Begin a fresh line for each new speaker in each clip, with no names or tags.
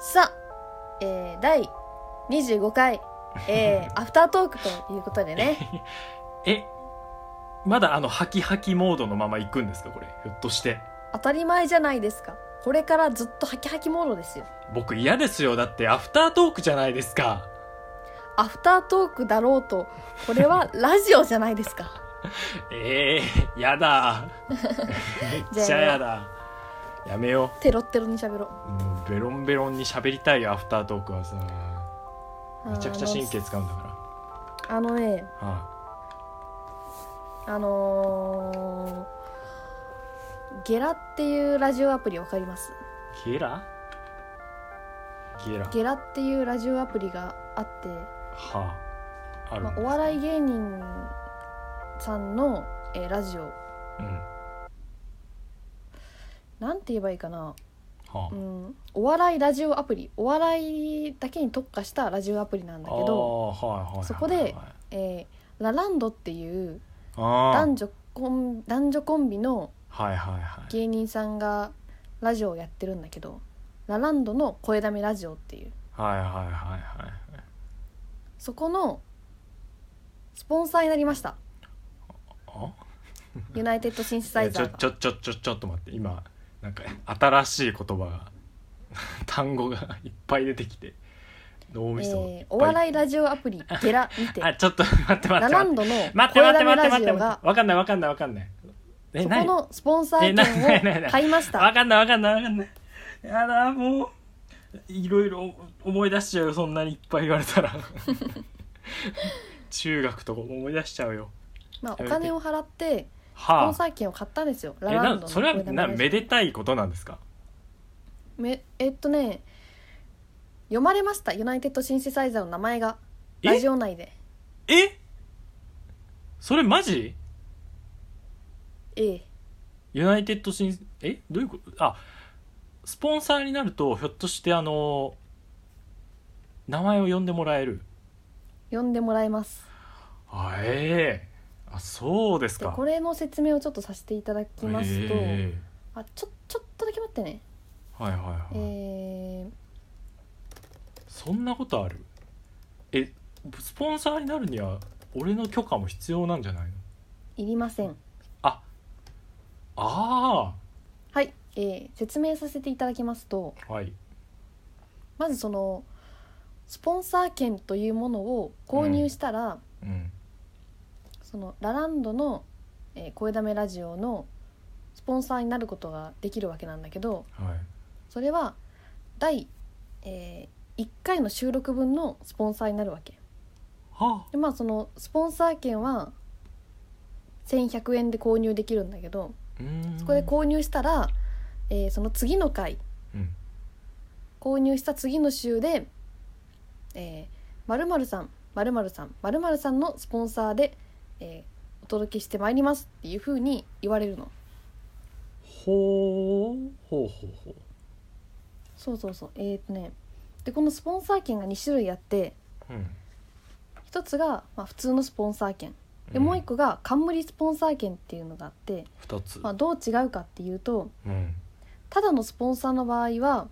さあ、えー、第25回、 えー、アフタートークということでね
えまだあのハキハキモードのまま行くんですかこれひょっとして
当たり前じゃないですかこれからずっとハキハキモードですよ
僕嫌ですよだってアフタートークじゃないですか
アフタートークだろうとこれはラジオじゃないですか
えー、やだめっちゃやだやめよ
テロッテロに喋ろう
うもうベロンベロンに喋りたいよアフタートークはさめちゃくちゃ神経使うんだか
あのね
ら、は
あのー、ゲラっていうラジオアプリわかります
いゲラゲラ
ゲラっていうラジオアプリがあって、
はああるん
ま
で
あ
す、
お笑い芸人さんの、えーラジオ
うん
なんて言えばいいかな
は
う
あ
ん、お笑いラジオアプリお笑いだけに特化したラジオアプリなんだけど、
あーはいはいはいはい
そこでえーラランドっていう
あー
男女コン男女コンビの
はいはいはい
芸人さんがラジオをやってるんだけどラランドの声だめラジオっていう
はいはいはいはい
そこのスポンサーになりました
あ
ユナイテッドシンセサイザー
ちょ
が
ちょちょちょちょっと待って今なんか新しい言葉が 単語がいっぱい出てきて脳みそがいっぱい、
えーお笑いラジオアプリ「ゲラ」見て
あちょっと待って待
ラ
って
ラ
待っ
ン
て
ドの
待って
声
待っ
だめ
て待って
ラ
待っ
ジ
て
オが
わかんないわかんないわかんないえ
そ
な
こ
いわ
のスポンサー
えないないない
権
な
を
い
買いました
かんないわかんないわかんないやだもういろいろ思い出しちゃうよそんなにいっぱい言われた ら中学とか思い出しちゃうよ
まあ、お金を払ってスポ
は
ンサー権を買ったんですよ、
あ
ラ
え
ランド
な
の
それは
こだめ
な
ラジオ
めでたいことなんですか
めえっとね読まれましたユナイテッドシンセサイザーの名前が
え
ラジオ内で
えそれマジ
ええ
ユナイテッドシンえどういうことあスポンサーになるとひょっとしてあの名前を呼んでもらえる
読んでもらえます
あええあそうです
で
か
これの説明をちょっとさせていただきますと、
え
あちょちょっとだけ待ってね
えはいはいはい、
えー、
そんなことあるえスポンサーになるには俺の許可も必要なんじゃないの
いりません
あ
はい、えー、説明させていただきますと
あはい
まずそのスポンサー権というものを購入したら、
うん
そのラランドの、えー、声だめラジオのスポンサーになることができるわけなんだけど
はい
それは第、え1回の収録分のスポンサーになるわけ
は
でまあそのスポンサー券は1100円で購入できるんだけど
あうーん
そこで購入したら、えーその次の回
うん
購入した次の週で「えー、○○さん○○さん○○さんのスポンサーで、えーお届けしてまいります」っていうふうに言われるの
ほうほうほうほう
そうそうそうえー、っとねでこのスポンサー券が2種類あって
うん
一つが、まあ、普通のスポンサー券でもう一個が冠スポンサー券っていうのがあって、
二つ、
まあ、どう違うかっていうと
うん
ただのスポンサーの場合は、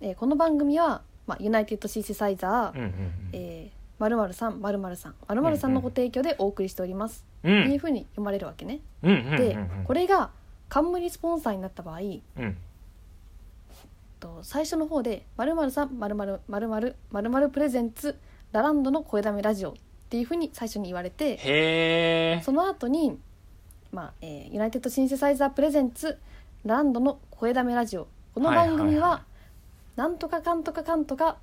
えーこの番組は、まあ、ユナイテッドシーセサイザ
うん
ー、
うん
えー、〇〇さん〇〇さん〇〇さんのご提供でお送りしております、
うんうん
っていうふうに読まれるわけね。
うんうんうんうん
で、これが冠スポンサーになった場合
うん
と最初の方で「〇〇さん〇〇〇〇〇〇プレゼンツラランドの声だめラジオ」っていうふうに最初に言われて
へえ
その後に、まあえーユナイテッドシンセサイザープレゼンツラランドの声だめラジオ」この番
はいは
組
いはい
はなんとかかんとかかんとか、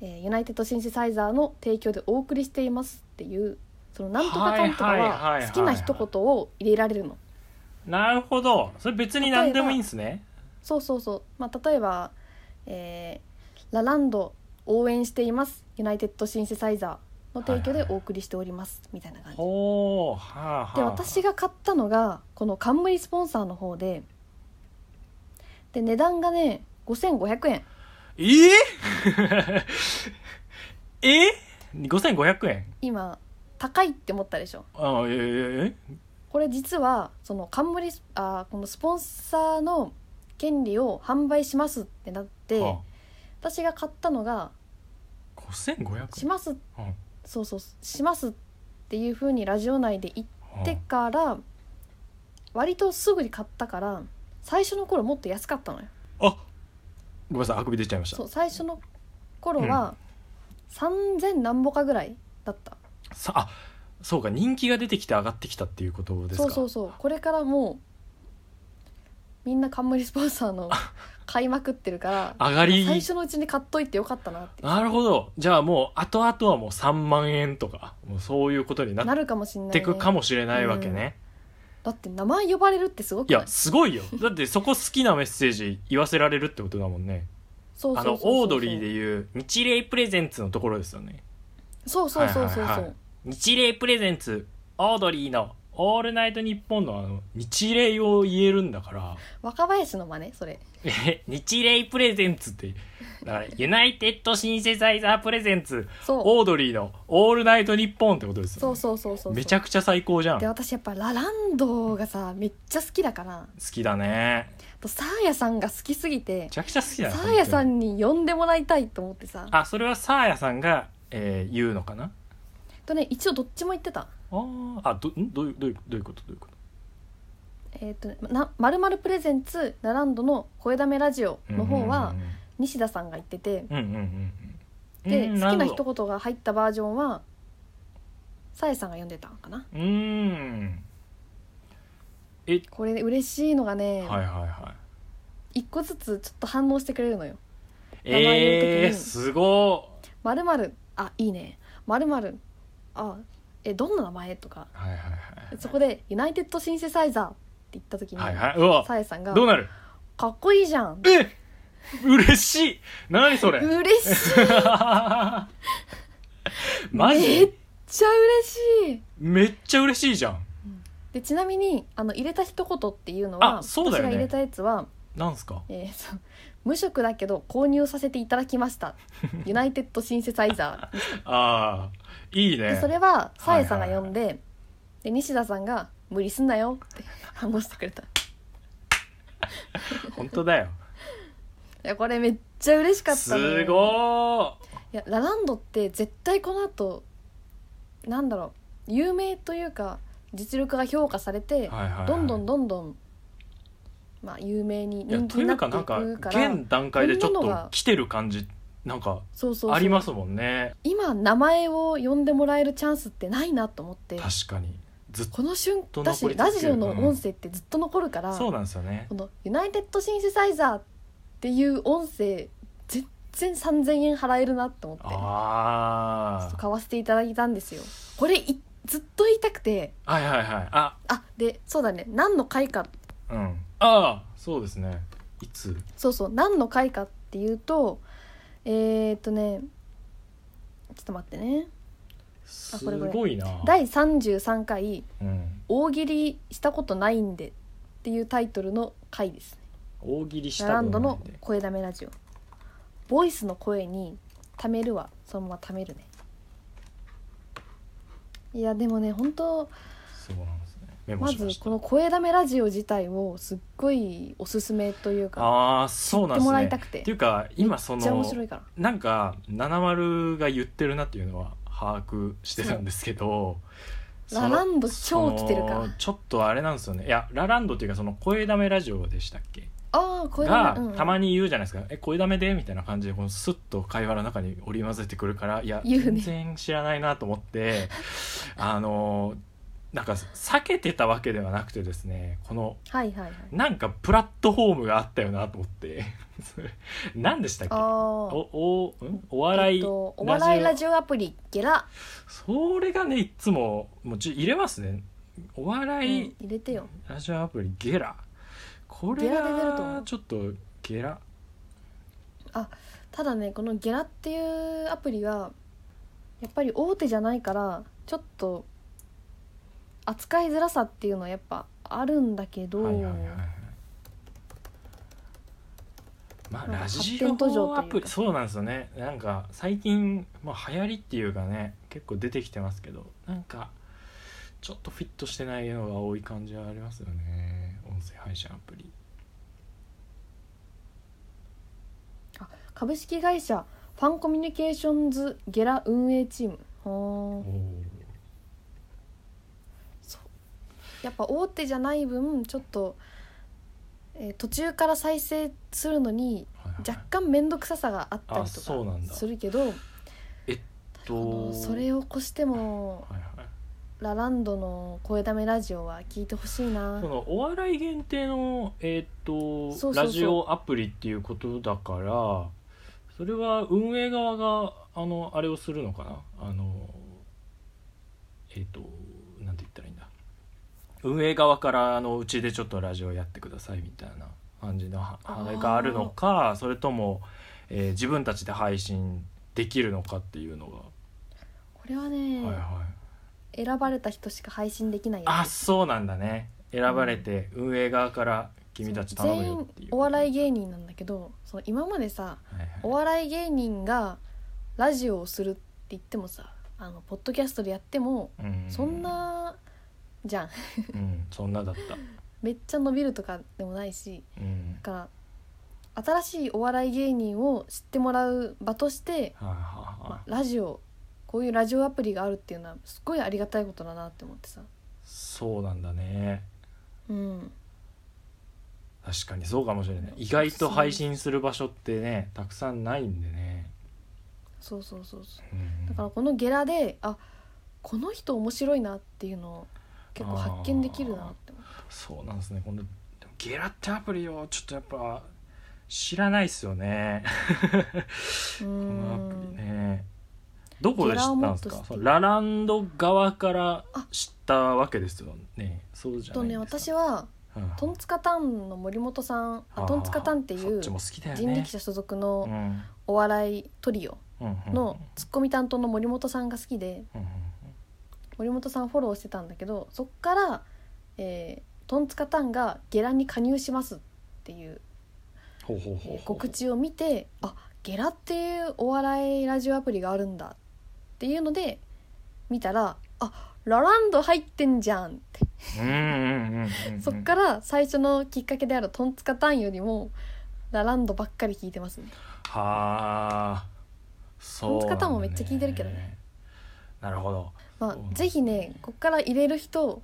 えーユナイテッドシンセサイザーの提供でお送りしていますっていうそのなんとかかんとか
はいはいはいはいは
はい好きな一言を入れられるの。
なるほどそれ別に何でもいいんですね
そうそうそう、まあ、例えば、えーラランド応援していますユナイテッドシンセサイザーの提供
はい
で
はいはい
お送りしております、みたいな感じ
ほうはあはあ
で私が買ったのがこの冠スポンサーの方でで値段がね5500円
えー、 え5500円
今高いって思ったでしょ
あえええ
これ実はその冠スあーこのスポンサーの権利を販売しますってなって、
えは
私が買ったのが「し
5500
ます」
円、
そうそう「します」っていう風にラジオ内で言
うん
ってから割とすぐに買ったから最初の頃もっと安かったのよ
あごめんなさいあくび出ちゃいまし
そ
た
う最初の頃は3,000何ぼかぐらいだった
さあそうか人気が出てきて上がってきたっていうことですか
そうそうそうこれからもうみんな冠スポンサーの買いまくってるから
上がり
最初のうちに買っといてよかったなって
なるほどじゃあもう後々はもう3万円とかもうそういうことにな
な
っ
るかもしんない、
て
ね、
くかもしれないわけね
だって名前呼ばれるってすごく
い
ない
やすごいよだってそこ好きなメッセージ言わせられるってことだもんね
そうそ
あ
うそう
の
そう
オードリーでいう日霊プレゼンツのところですよね
そうそうそうそうそう、
はいはいはい日霊プレゼンツオードリーの「オールナイトニッポン」のあの日霊を言えるんだから
若林の真似それ
え日霊プレゼンツってだからユナイテッドシンセサイザープレゼンツ
そう
オードリーの「オールナイトニッポン」ってことですよ、ね、
そうそうそうそう
めちゃくちゃ最高じゃん
で
好
私やっぱラランドがさめっちゃ好きだから
きだねめ
あとサーヤさんが好きすぎて
ちゃくちゃ好き
サ
だな
ーヤさ
本
んに呼んでもらいたいと思ってさ
当にあそれはサーヤさんが、えー言うのかな
とね一応どっちも言ってた
あーあどんどういうどういうどういうことどういうこと
えっ、とねなまるまるプレゼンツラランドの声だめラジオの方は西田さんが言ってて、
うんうんうんうん
で
う
好
ん
きな
るほど
一言が入ったバージョンはさえさんが読んでたのかな
うーん
これね嬉しいのがね、
はいはいはい
一個ずつちょっと反応してくれるのよ名前入れる時に
ええー、すご
まるまるあいいねまるまるあえどんな名前とか
いはいはい
そこでユナイテッドシンセサイザーって言った時に、
はいはいはいうわ
さえさんが
どうなる
かっこいいじゃん
え嬉しい何それ
嬉しい
マ
めっ
ジ
ちゃ嬉しい
めっちゃ嬉しいじゃん
でちなみにあの入れた一言っていうのは
あそうだよね
私が入れたやつは、
なんすか
えーそう無職だけど購入させていただきました ユナイテッドシンセサイザー
ああいい ね
でそれはさえさんが呼んで,、で西田さんが「無理すんなよ」って反応してくれたい
本当だよ
やこれめっちゃ嬉しかったのよ
すご
いやラランドって絶対この後なんだろう有名というか実力が評価されて、
ーはいはいはい
どんどんどんどんまあ有名に
いや
人気
とい
にな
う
って
か
い
なん
くか
から現段階でちょっ
こんなの
と
が
来てる感じなんか
そうそうそう
ありますもんね
今名前を呼んでもらえるチャンスってないなと思って
確かにずっ
この瞬
と
間だ
残り
し
続け
ラ
る
ジオの音声ってずっと残るから、
とそうなんですよね
この「ユナイテッドシンセサイザー」っていう音声全然3,000円払えるなと思ってちょ
あ
っと買わせていただいたんですよこれいずっと言いたくて
あはいはいはいあ
あでそうだね何の回か
うんああそうですねいつ
そうそう何の回かっていうとえー、っとねちょっと待ってね
す
これこれ
ごいな
第33回
うん、
「大喜利したことないんで」っていうタイトルの回ですね
大喜利し
ラ
た
ラ
こ
ン
と
ド
ない
の
んで
声だめラジオボイスの声に貯めるはそのまま貯めるねいやでもね本当
そうなんですねメモ
ま
し
ず
ました
この声だめラジオ自体をすっごいおすすめというか
ああ
知
そう
っ
なん
て
です
もら
ね
いたくて
っていうか今そ
めっちゃ面
の
白いから
なんか70が言ってるなっていうのは把握してたんですけど
そう
その
ラランド超来てるから
そのちょっとあれなんですよねいやラランドっていうかその声だめラジオでしたっけ
ああ声だ
が
め、うん、
たま
に
に言うじゃないですか「え声だめで?」みたいな感じでこのスッと会話の中に織り交ぜてくるからいや、
言う
全
ね
然知らないなと思って あのなんか避けてたわけではなくてですねこの
はいはいはい
なんかプラットフォームがあったよなと思って それ何でしたっけ
ああ
おおんお笑い、
えっと、お笑いラジオアプリゲラ、
それがねいつももうちょ入れますねお
うん
笑い
入れてよ
ラジオアプリゲラこ
ゲ
れ
ラで出ると思
が
う
ちょっとゲラ
ただねこのゲラっていうアプリはやっぱり大手じゃないからちょっと扱いづらさっていうのはやっぱあるんだけど、
はいはいはいはいまあ
なんか
ラジ
発展途上という
オ
か
アプリそうなんですよねなんか最近、まあ、流行りっていうかね結構出てきてますけどなんかちょっとフィットしてないのが多い感じはありますよね音声配信アプリ
株式会社ファンコミュニケーションズゲラ運営チームはあ
お
やっぱ大手じゃない分ちょっと、えー途中から再生するのに
はいはい
若干面倒くささがあった
あ
りと
そうなんだ
かするけど
えっ
あの
と
それを越しても
はいはい
ラランドの「声だめラジオ」は聞いてほしいな
そのお笑い限定の、えーっと
そうそうそう
ラジオアプリっていうことだからそれは運営側があのあれをするのかなあのえーっとなんて言ったらいいんだ運営側からあのうちでちょっとラジオやってくださいみたいな感じのは
あー
あれがあるのかそれとも、えー自分たちで配信できるのかっていうのが、
これはね、
はいはい
選ばれた人しか配信できないや
あ
つ
そうなんだね選ばれて運営側から君たち頼む
全
よ
員
っていう
お笑い
人
芸人なんだけどその今までさお
お
笑い芸人がラジオをするって言ってもさあのポッドキャストでやってもそん、なじゃん
うん、そんなだった、
めっちゃ伸びるとかでもないし
うん
だ、から新しいお笑い芸人を知ってもらう場として、
はあ、はあ
まあ
はあ、
ラジオこういうラジオアプリがあるっていうのはすごいありがたいことだなって思ってさ
そうなんだね
うん
確かにそうかもしれない意外と配信する場所ってねたくさんないんでね、
そうそうそうそう
うん、
だからこのゲラであこの人面白いなっていうのを結構発見できるなって思う
そうなんですねこのでもゲラってアプリをちょっとやっぱ知らないっすよね
う
このア
ー
プ
ん
リねどこで知った
ゲ
んです
ラをもっと知っ
か
て
そのラランド側から知ったわけですよねそうじ
あ
ゃな
と
い
ね
んです
私
か
は
うん
トンツカタンの森本さんあトンツカタンってい
そっ
う
ちも好きだよね
人力車所属
う
の
ん
お笑いトリオ
うんうん
のツッコミ担当の森本さんが好きで
うんうん
森本さんフォローしてたんだけどそっから、えー、トンツカタンがゲラに加入しますっていう、
ほうほうほうほ
え
う
ー告知を見てあゲラっていうお笑いラジオアプリがあるんだっていうので見たらあラランド入ってんじゃんって
うんうんうんうんうん
そっから最初のきっかけであるトンツカタンよりもラランドばっかり聞いてますね
はあ
ト
そう
ンツカタンもめっちゃ聞いてるけど
ねなるほど
ま
そうなん
あ、
ですね
ぜひねここから入れる人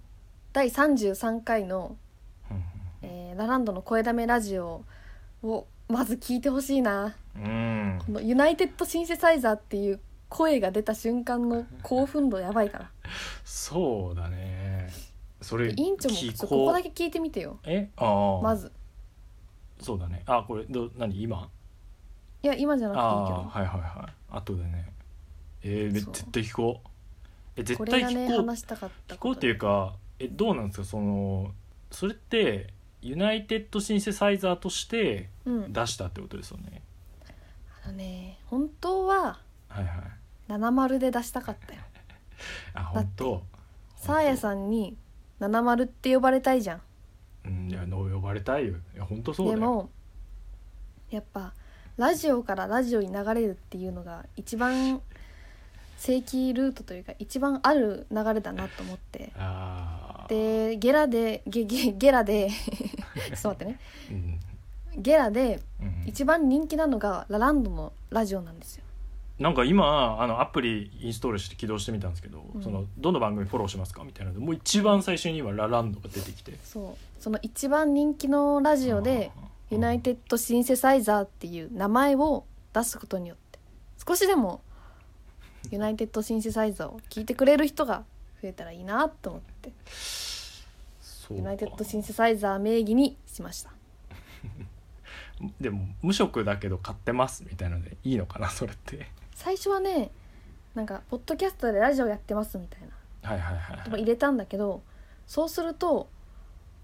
第33回の、
うん
えーラランドの声だめラジオをまず聞いてほしいな
うん
このユナイテッドシンセサイザーっていう声が出た瞬間の興奮度やばいから
そうだねそれ
委員長もちょっとここだけ聞いてみてよ
えああ
まず
そうだねあこれど何今
いや今じゃなくていいけど
ああーはいはいはい後でねえー、め
そう
絶対聞こうえ絶
これ
対
が
聞
ね
こう、
話したかった
聞こうっていうかえどうなんですかそのそれってユナイテッドシンセサイザーとして
うん
出したってことですよね、
あのね本当は
はいはい
70で出したかったよ
あ本当
サーヤ
ん
さんに「70」って呼ばれたいじゃん
うんいやの呼ばれたいよいや本当そうだ
で
よ
もやっぱラジオからラジオに流れるっていうのが一番正規ルートというか一番ある流れだなと思って
ああ、
でゲラでゲゲゲラ でちょっと待ってね
うん
ゲラで
うん、
一番人気なのがラランドのラジオなんですよ
なんか今あのアプリインストールして起動してみたんですけど、
うん
そのどの番組フォローしますかみたいなのでもう一番最初に今ラランドが出てきて
そうその一番人気のラジオで「ユナイ
ッ
テッドシンセサイザー」っていう名前を出すことによって少しでもユナイテッドシンセサイザーを聞いてくれる人が増えたらいいなと思って
ド
ユナイテッドシンセサイザー名義にしました
でも無職だけど買ってますみたいなのでいいのかなそれって
最初はねなんかポッドキャストでラジオやってますみたいな
はいはいはい
と
は
こ
い
入れたんだけどそうすると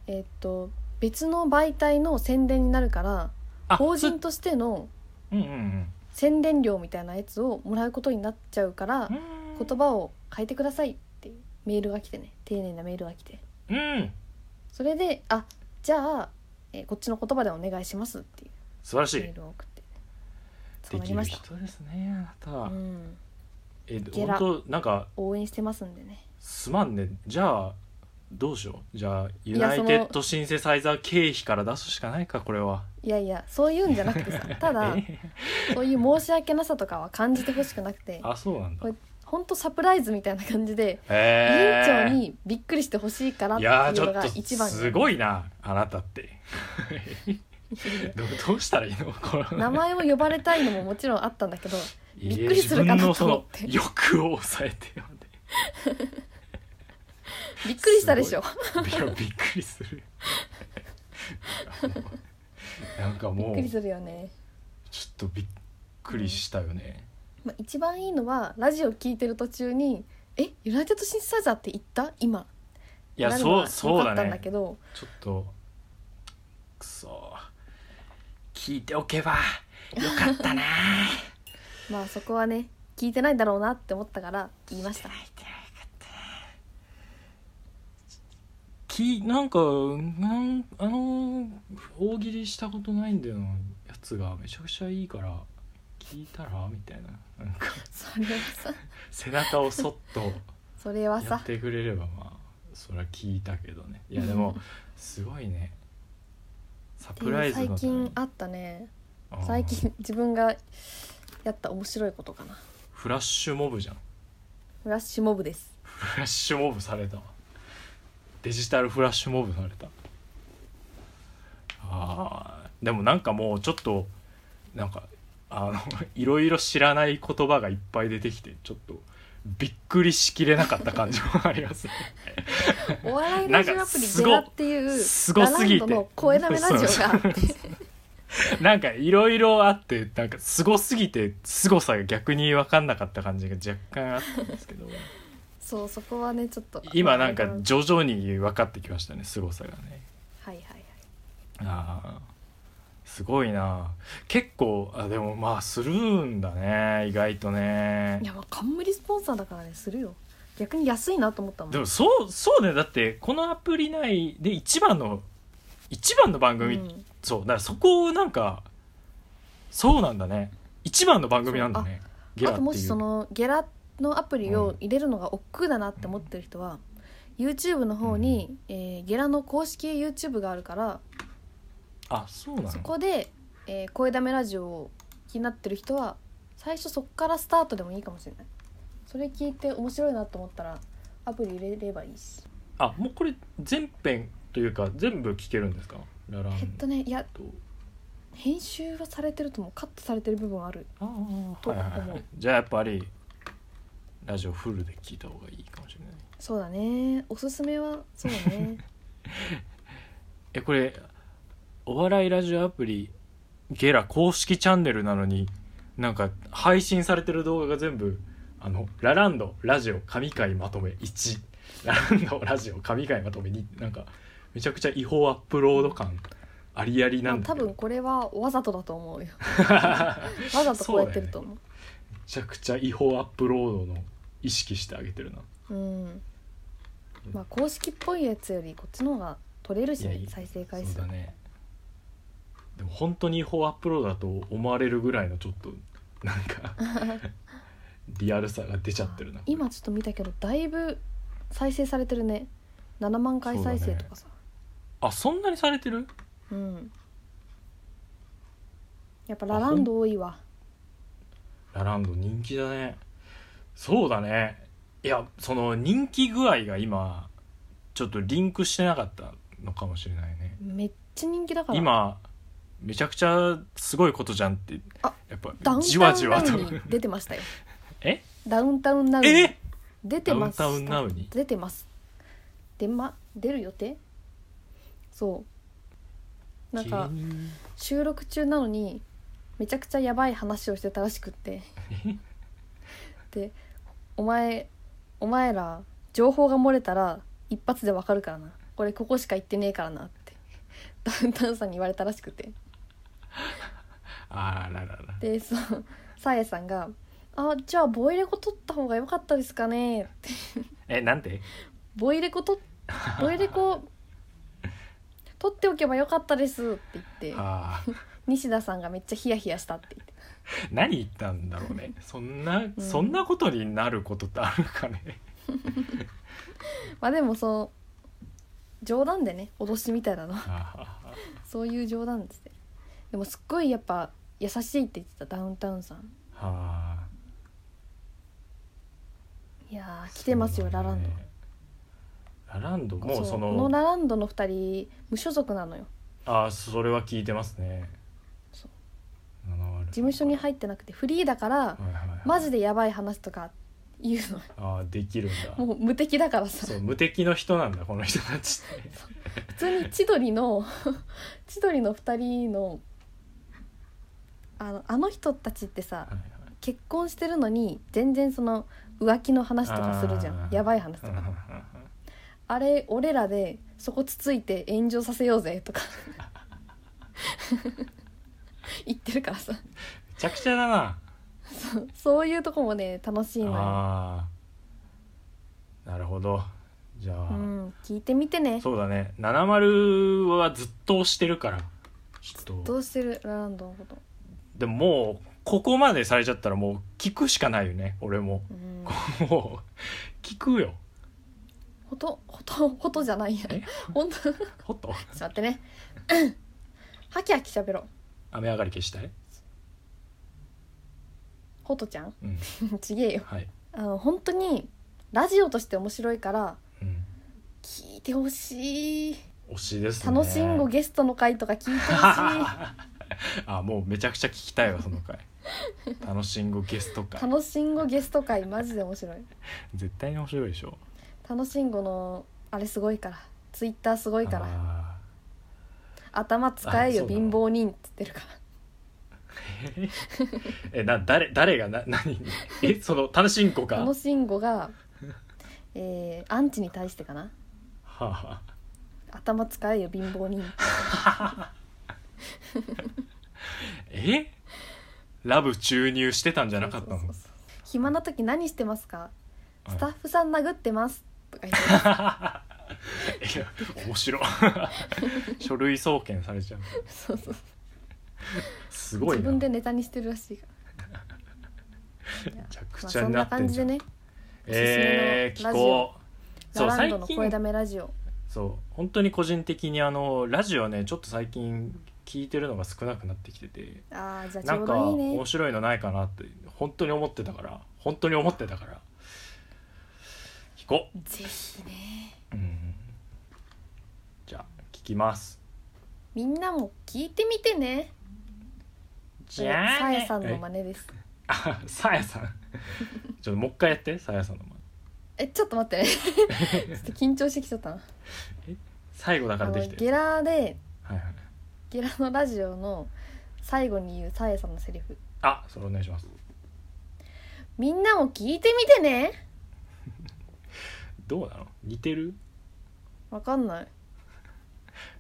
えっと別の媒体の宣伝になるから
あ
法人
つ
としての
うんうん
宣伝料みたいなやつをもらうことになっちゃうから
うんう
言葉を変えてくださいっていうメールが来てね丁寧なメールが来て
ーんうん
それであじゃあ、えーこっちの言葉でお願いしますっていう
素晴らし
メ
い
ールを送ってそう
で
な
き
り
る
ました、
人ですねあなた
う
は、
ん、
え
ゲラ
本当なんか
応援してますんでね
すまんねじゃあどうしようじゃあユ
や
ナ
そ
イ
の
テッドシンセサイザー経費から出すしかないかこれはい
やいやそういうんじゃなくて さただ
え
そういう申し訳なさとかは感じてほしくなくて
あそうなんだ
これほんとサプライズみたいな感じで委員
へ
長
え
にびっくりしてほしいからっ
い
てい
やーち
う
ょ
の
っ
が
と
一番
すごいなあなたって どうどうしたらいいのこれ
名前を呼ばれたいのももちろんあったんだけど
いや
びっくりするかなと思って
自分のその欲を抑えてよね
びっくりしたでしょ
いやびっくりするなんか
びっ
もう
くり
ちょ
す
っ
るよね、
とびっくりしたよね、
まあ、一番いいのはラジオ聞いてる途中に「えユナイテッドシンセサイザーって言った今」
いや
なるの
そう
は
そ
良
う
か
だ
ったん
ね
だけど
ちょっとくそ聞いておけばよかったな
まあそこはね聞いてないだろうなって思ったから言いました
きなんかなんあの大喜利したことないんだよなやつがめちゃくちゃいいから聞いたらみたいななんか
それはさ
背中をそっと
それは
や
さ
ってくれればまあそりゃ聞いたけどねいやでもすごいねサ
って
プラ
い
イ
う
ズ
最
のために
近あったね
あー
最近自分がやった面白いことかな
フラッシュモブじゃん
フラッシュモブ です
フラッシュモブされたわデジタルフラッシュモブされたあーでもなんかもうちょっとなんかあの いろいろ知らない言葉がいっぱい出てきてちょっとびっくりしきれなかった感じもありますね
お笑いラジオアプリ「ゲラ」っていう
すご
ラ
す
ラ
ごすぎ
ン
て
ドの声なめラジオがあって
なんかいろいろあってなんかすごすぎてすごさが逆に分かんなかった感じが若干あったんです けど
そうそこはねちょっと
今なんか
はい
徐々に分かってきましたねすごさがね
はいはい
ああすごいな結構あでもまあするんだね意外とね
いやまあ冠スポンサーだからねするよ逆に安いなと思ったもん
でもそうそうねだってこのアプリ内で一番の一番の番組、
うん
そうだからそこをなんかそうなんだね一番の番組なんだねゲラ
あ
って
と
いう
もしそのゲラのアプリを入れるのが億劫だなって思ってる人は、YouTube の方に、えーゲラの公式 YouTube があるから
あそうなの
そこで、えー声だめラジオを気になってる人は最初そこからスタートでもいいかもしれないそれ聞いて面白いなと思ったらアプリ入れればいいし
あもうこれ全編というか全部聞けるんですかララン
えっとねいや
と
編集はされてると思うカットされてる部分はある
ああ
と
はいはい
思
は
う
いじゃあやっぱりラジオフルで聞いた方がいいかもしれない
そうだねおすすめはそうだ ね
えこれお笑いラジオアプリゲラ公式チャンネルなのになんか配信されてる動画が全部あのラランドラジオ神回まとめ1ラランドラジオ神回まとめ2なんかめちゃくちゃ違法アップロード感ありありなん
まあ
だ
多
けど
分これはわざとだと思うよ
め
わざとこうやってると思う
ちゃくちゃ違法アップロードの意識してあげてるな
うんまあ公式っぽいやつよりこっちの方が取れるし、
い
ね
や、
再生回
そう
数
だねでも本当に違法アップロードだと思われるぐらいのちょっとなんか リアルさが出ちゃってるな
今ちょっと見たけどだいぶ再生されてるね7万回再生とかさ
あそんなにされてる
うんやっぱラランド多いわ
ラランド人気だねそうだねいやその人気具合が今ちょっとリンクしてなかったのかもしれないね
めっちゃ人気だから
今めちゃくちゃすごいことじゃんって
あ
やっ
ダウ
ぱ
ン
じ
タ
わ
ウ
じ
ンナ
わ
ウ
と
に出てましたよ
え
ダウンタウンナウに
え
出てます
ダウンタウンナウに
出てます出,、ま、出る予定そうなんか
芸人
収録中なのにめちゃくちゃやばい話をしてたらしくってで「お前お前ら情報が漏れたら一発でわかるからな俺ここしか行ってねえからな」って ダウンタウンさんに言われたらしくて
あらららら
でそのさえさんが「あじゃあボイレコ取った方が良かったですかね」って
えなんて
ボイレコと ボイレコ取っておけばよかったですって言って
ああ
西田さんがめっちゃヒヤヒヤしたって言って
何言ったんだろ うねそんな、
うん
そんなことになることってあるかね
まあでもそう冗談でね脅しみたいなの
あー
そういう冗談ですねでもすっごいやっぱ優しいって言ってたダウンタウンさん
はい
やー来てますよ、
そうだ
ラ
ね
ランド
ラランドもうその
このラランドの2人無所属なのよ
ああそれは聞いてますね
そ
事
事務所に入ってなくてフリーだから
はいはいはい、
マジでやばい話とか言うの
ああできるんだ
もう無敵だからさ
そう無敵の人なんだこの人たちって
普通に千鳥の 千鳥の2人のあのあの人たちってさ
はいはい
結婚してるのに全然その浮気の話とかするじゃん
あー
やばい話と
うんうんうん
かあれ俺らでそこつついて炎上させようぜとか 言ってるからさ
めちゃくちゃだな
そういうとこもね楽しいのよ、
ああなるほどじゃあ、
うん、聞いてみてね
そうだね70はずっと推してるからちょっと
どうしてるラランドのこと
でももうここまでされちゃったらもう聞くしかないよね俺も
うん
もう聞くよ
ほとほとほとじゃないや
え
本当ちょっ
ほっと
と待ってね はきはきしゃべろう
雨上がり消したい
ほとちゃん
うん
ちげえよ
はい、
あの本当にラジオとして面白いから
うん、
聞いてほしい
推しですね
楽しんごゲストの回とか聞いてほし
あもうめちゃくちゃ聞きたいわその回楽しんごゲスト
い
回
楽しんごゲスト回マジで面白い
絶対に面白いでしょ
楽しんごのあれすごいからツイッターすごいから
あ
頭使え
あ
よ
そうなの
貧乏人って言ってるから
ーえな誰誰がな何 えその楽しんごか
楽
は
しんごが、えーアンチに対してかな
あは
頭使えよ貧乏 人
あえラブ注入してたんじゃなかったの
そうそうそう暇な時何してますかスタッフさん殴って ますとか言って
いや面白い 書類送検されちゃう
そうそう
すごい
自
な
分
め
でネタにしてるらしいからいや
ちゃく
まあ
ち
そ
ゃに
ん
な
な
ってん
感じ
じゃ
で
ん
ね
えー、
おすすめの
聞
ラジオ
こうそ
ララン
う
ド
最
の声
近
だめラジオ
そう本当に個人的にあのラジオねちょっと最近聞いてるのが少なくなってきてて
ああじゃあち
な
ょ
ん
う
か
どいいね
面白いのないかなって本当に思ってたから本当に思ってたから聞こ
ぜひね
う、うん、じゃあ聞きます
みんなも聞いてみてね
じゃあ、
さ
ね
や、さんの真似です
あさやさん ちょっともう一回やってさやさんの真似
えちょっと待 ってねちょっと緊張してきちゃったな
最後だか
あ
ら
の
できて
ゲ
る
ラで
はいはい
ゲラのラジオの最後に言うさやさんのセリフ
あそれお願いします
みんなも聞いてみてね
どうなの似てる
わかんない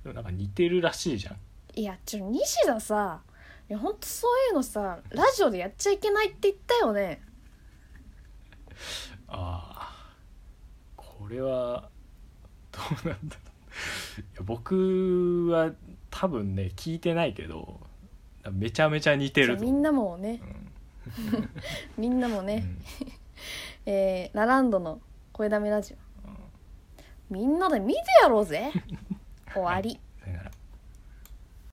でもなんか似てるらしいじゃん
いやちょ西田さいやほんとそういうのさラジオでやっちゃいけないって言ったよね
ああこれはどうなんだろういや僕は多分ね聞いてないけどめちゃめちゃ似て
じゃあ
ると
み
思
ん
う
なもね
うん
みんなも
う
ね、
ん
えーラランド の声だめラジオ、みんなで見てやろうぜ終わり